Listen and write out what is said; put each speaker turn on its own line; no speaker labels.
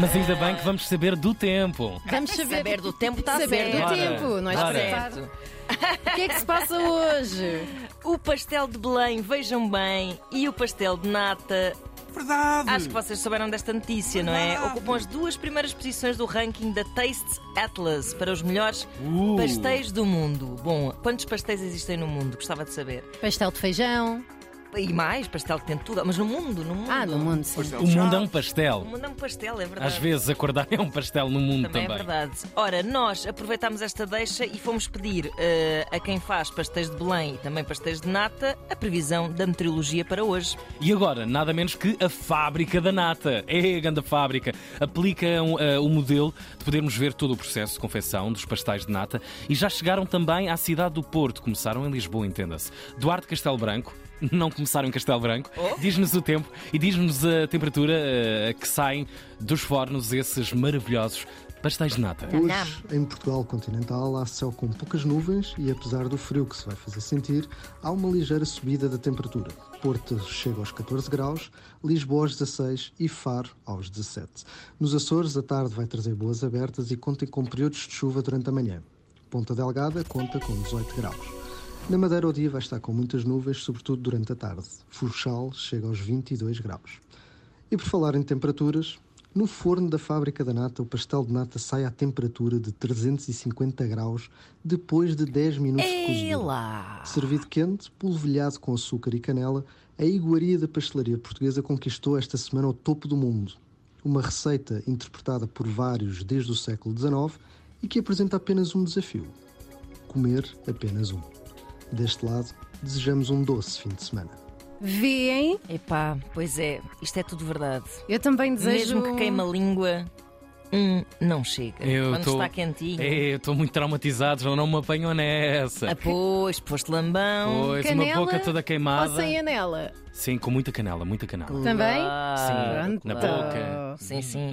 Mas ainda bem que vamos saber do tempo.
Vamos saber,
Saber do tempo está
saber
certo.
do
Bora,
tempo, não é
bora.
certo. O que é que se passa hoje?
O pastel de Belém, vejam bem, e o pastel de nata.
Hum.
Verdade!
Acho que vocês souberam desta notícia, não é? Ocupam as duas primeiras posições do ranking da Tastes Atlas para os melhores
Uh.
pastéis do mundo. Bom, quantos pastéis existem no mundo? Gostava de saber.
Pastel de feijão.
E mais, pastel de tentura. Mas no mundo, no mundo.
Ah, no mundo, sim.
O mundo é um pastel.
O mundo é um pastel, é verdade.
Às vezes acordar é um pastel no mundo
Também,
também.
é verdade. Ora, nós aproveitámos esta deixa e fomos pedir eh, a quem faz pastéis de Belém e também pastéis de nata a previsão da meteorologia para hoje.
E agora, nada menos que a fábrica da nata. É a grande fábrica. Aplica um, eh, o modelo de podermos ver todo o processo de confecção dos pastéis de nata e já chegaram também à cidade do Porto. Começaram em Lisboa, entenda-se. Duarte Castelo Branco. Não começaram em Castelo Branco.
Oh.
Diz-nos o tempo e diz-nos a temperatura eh, a que saem dos fornos esses maravilhosos pastéis de nata.
Hoje, em Portugal continental, há céu com poucas nuvens e, apesar do frio que se vai fazer sentir, há uma ligeira subida da temperatura. Porto chega aos 14 graus, Lisboa aos 16 e Faro aos 17. Nos Açores, a tarde vai trazer boas abertas e contem com períodos de chuva durante a manhã. Ponta Delgada conta com 18 graus. Na Madeira, o dia vai estar com muitas nuvens, sobretudo durante a tarde. Funchal chega aos 22 graus. E por falar em temperaturas, no forno da fábrica da nata, o pastel de nata sai à temperatura de 350 graus depois de 10 minutos de
Ei
cozimento.
lá!
Servido quente, polvilhado com açúcar e canela, a iguaria da pastelaria portuguesa conquistou esta semana o topo do mundo. Uma receita interpretada por vários desde o século XIX e que apresenta apenas um desafio: comer apenas um. Deste lado, desejamos um doce fim de semana.
Vêem?
Epá, pois é, isto é tudo verdade.
Eu também desejo.
Mesmo que queime a língua, hum, não chega.
Eu
Quando
tô-
está quentinho.
É, eu estou muito traumatizado, João, não me apanham nessa.
Ah, pois, posto lambão.
Pois, uma
canela
boca toda queimada.
Ou sem anela?
Sim, com muita canela, muita canela.
Também?
Claro,
Sim, na
claro.
boca.
Sim, sim.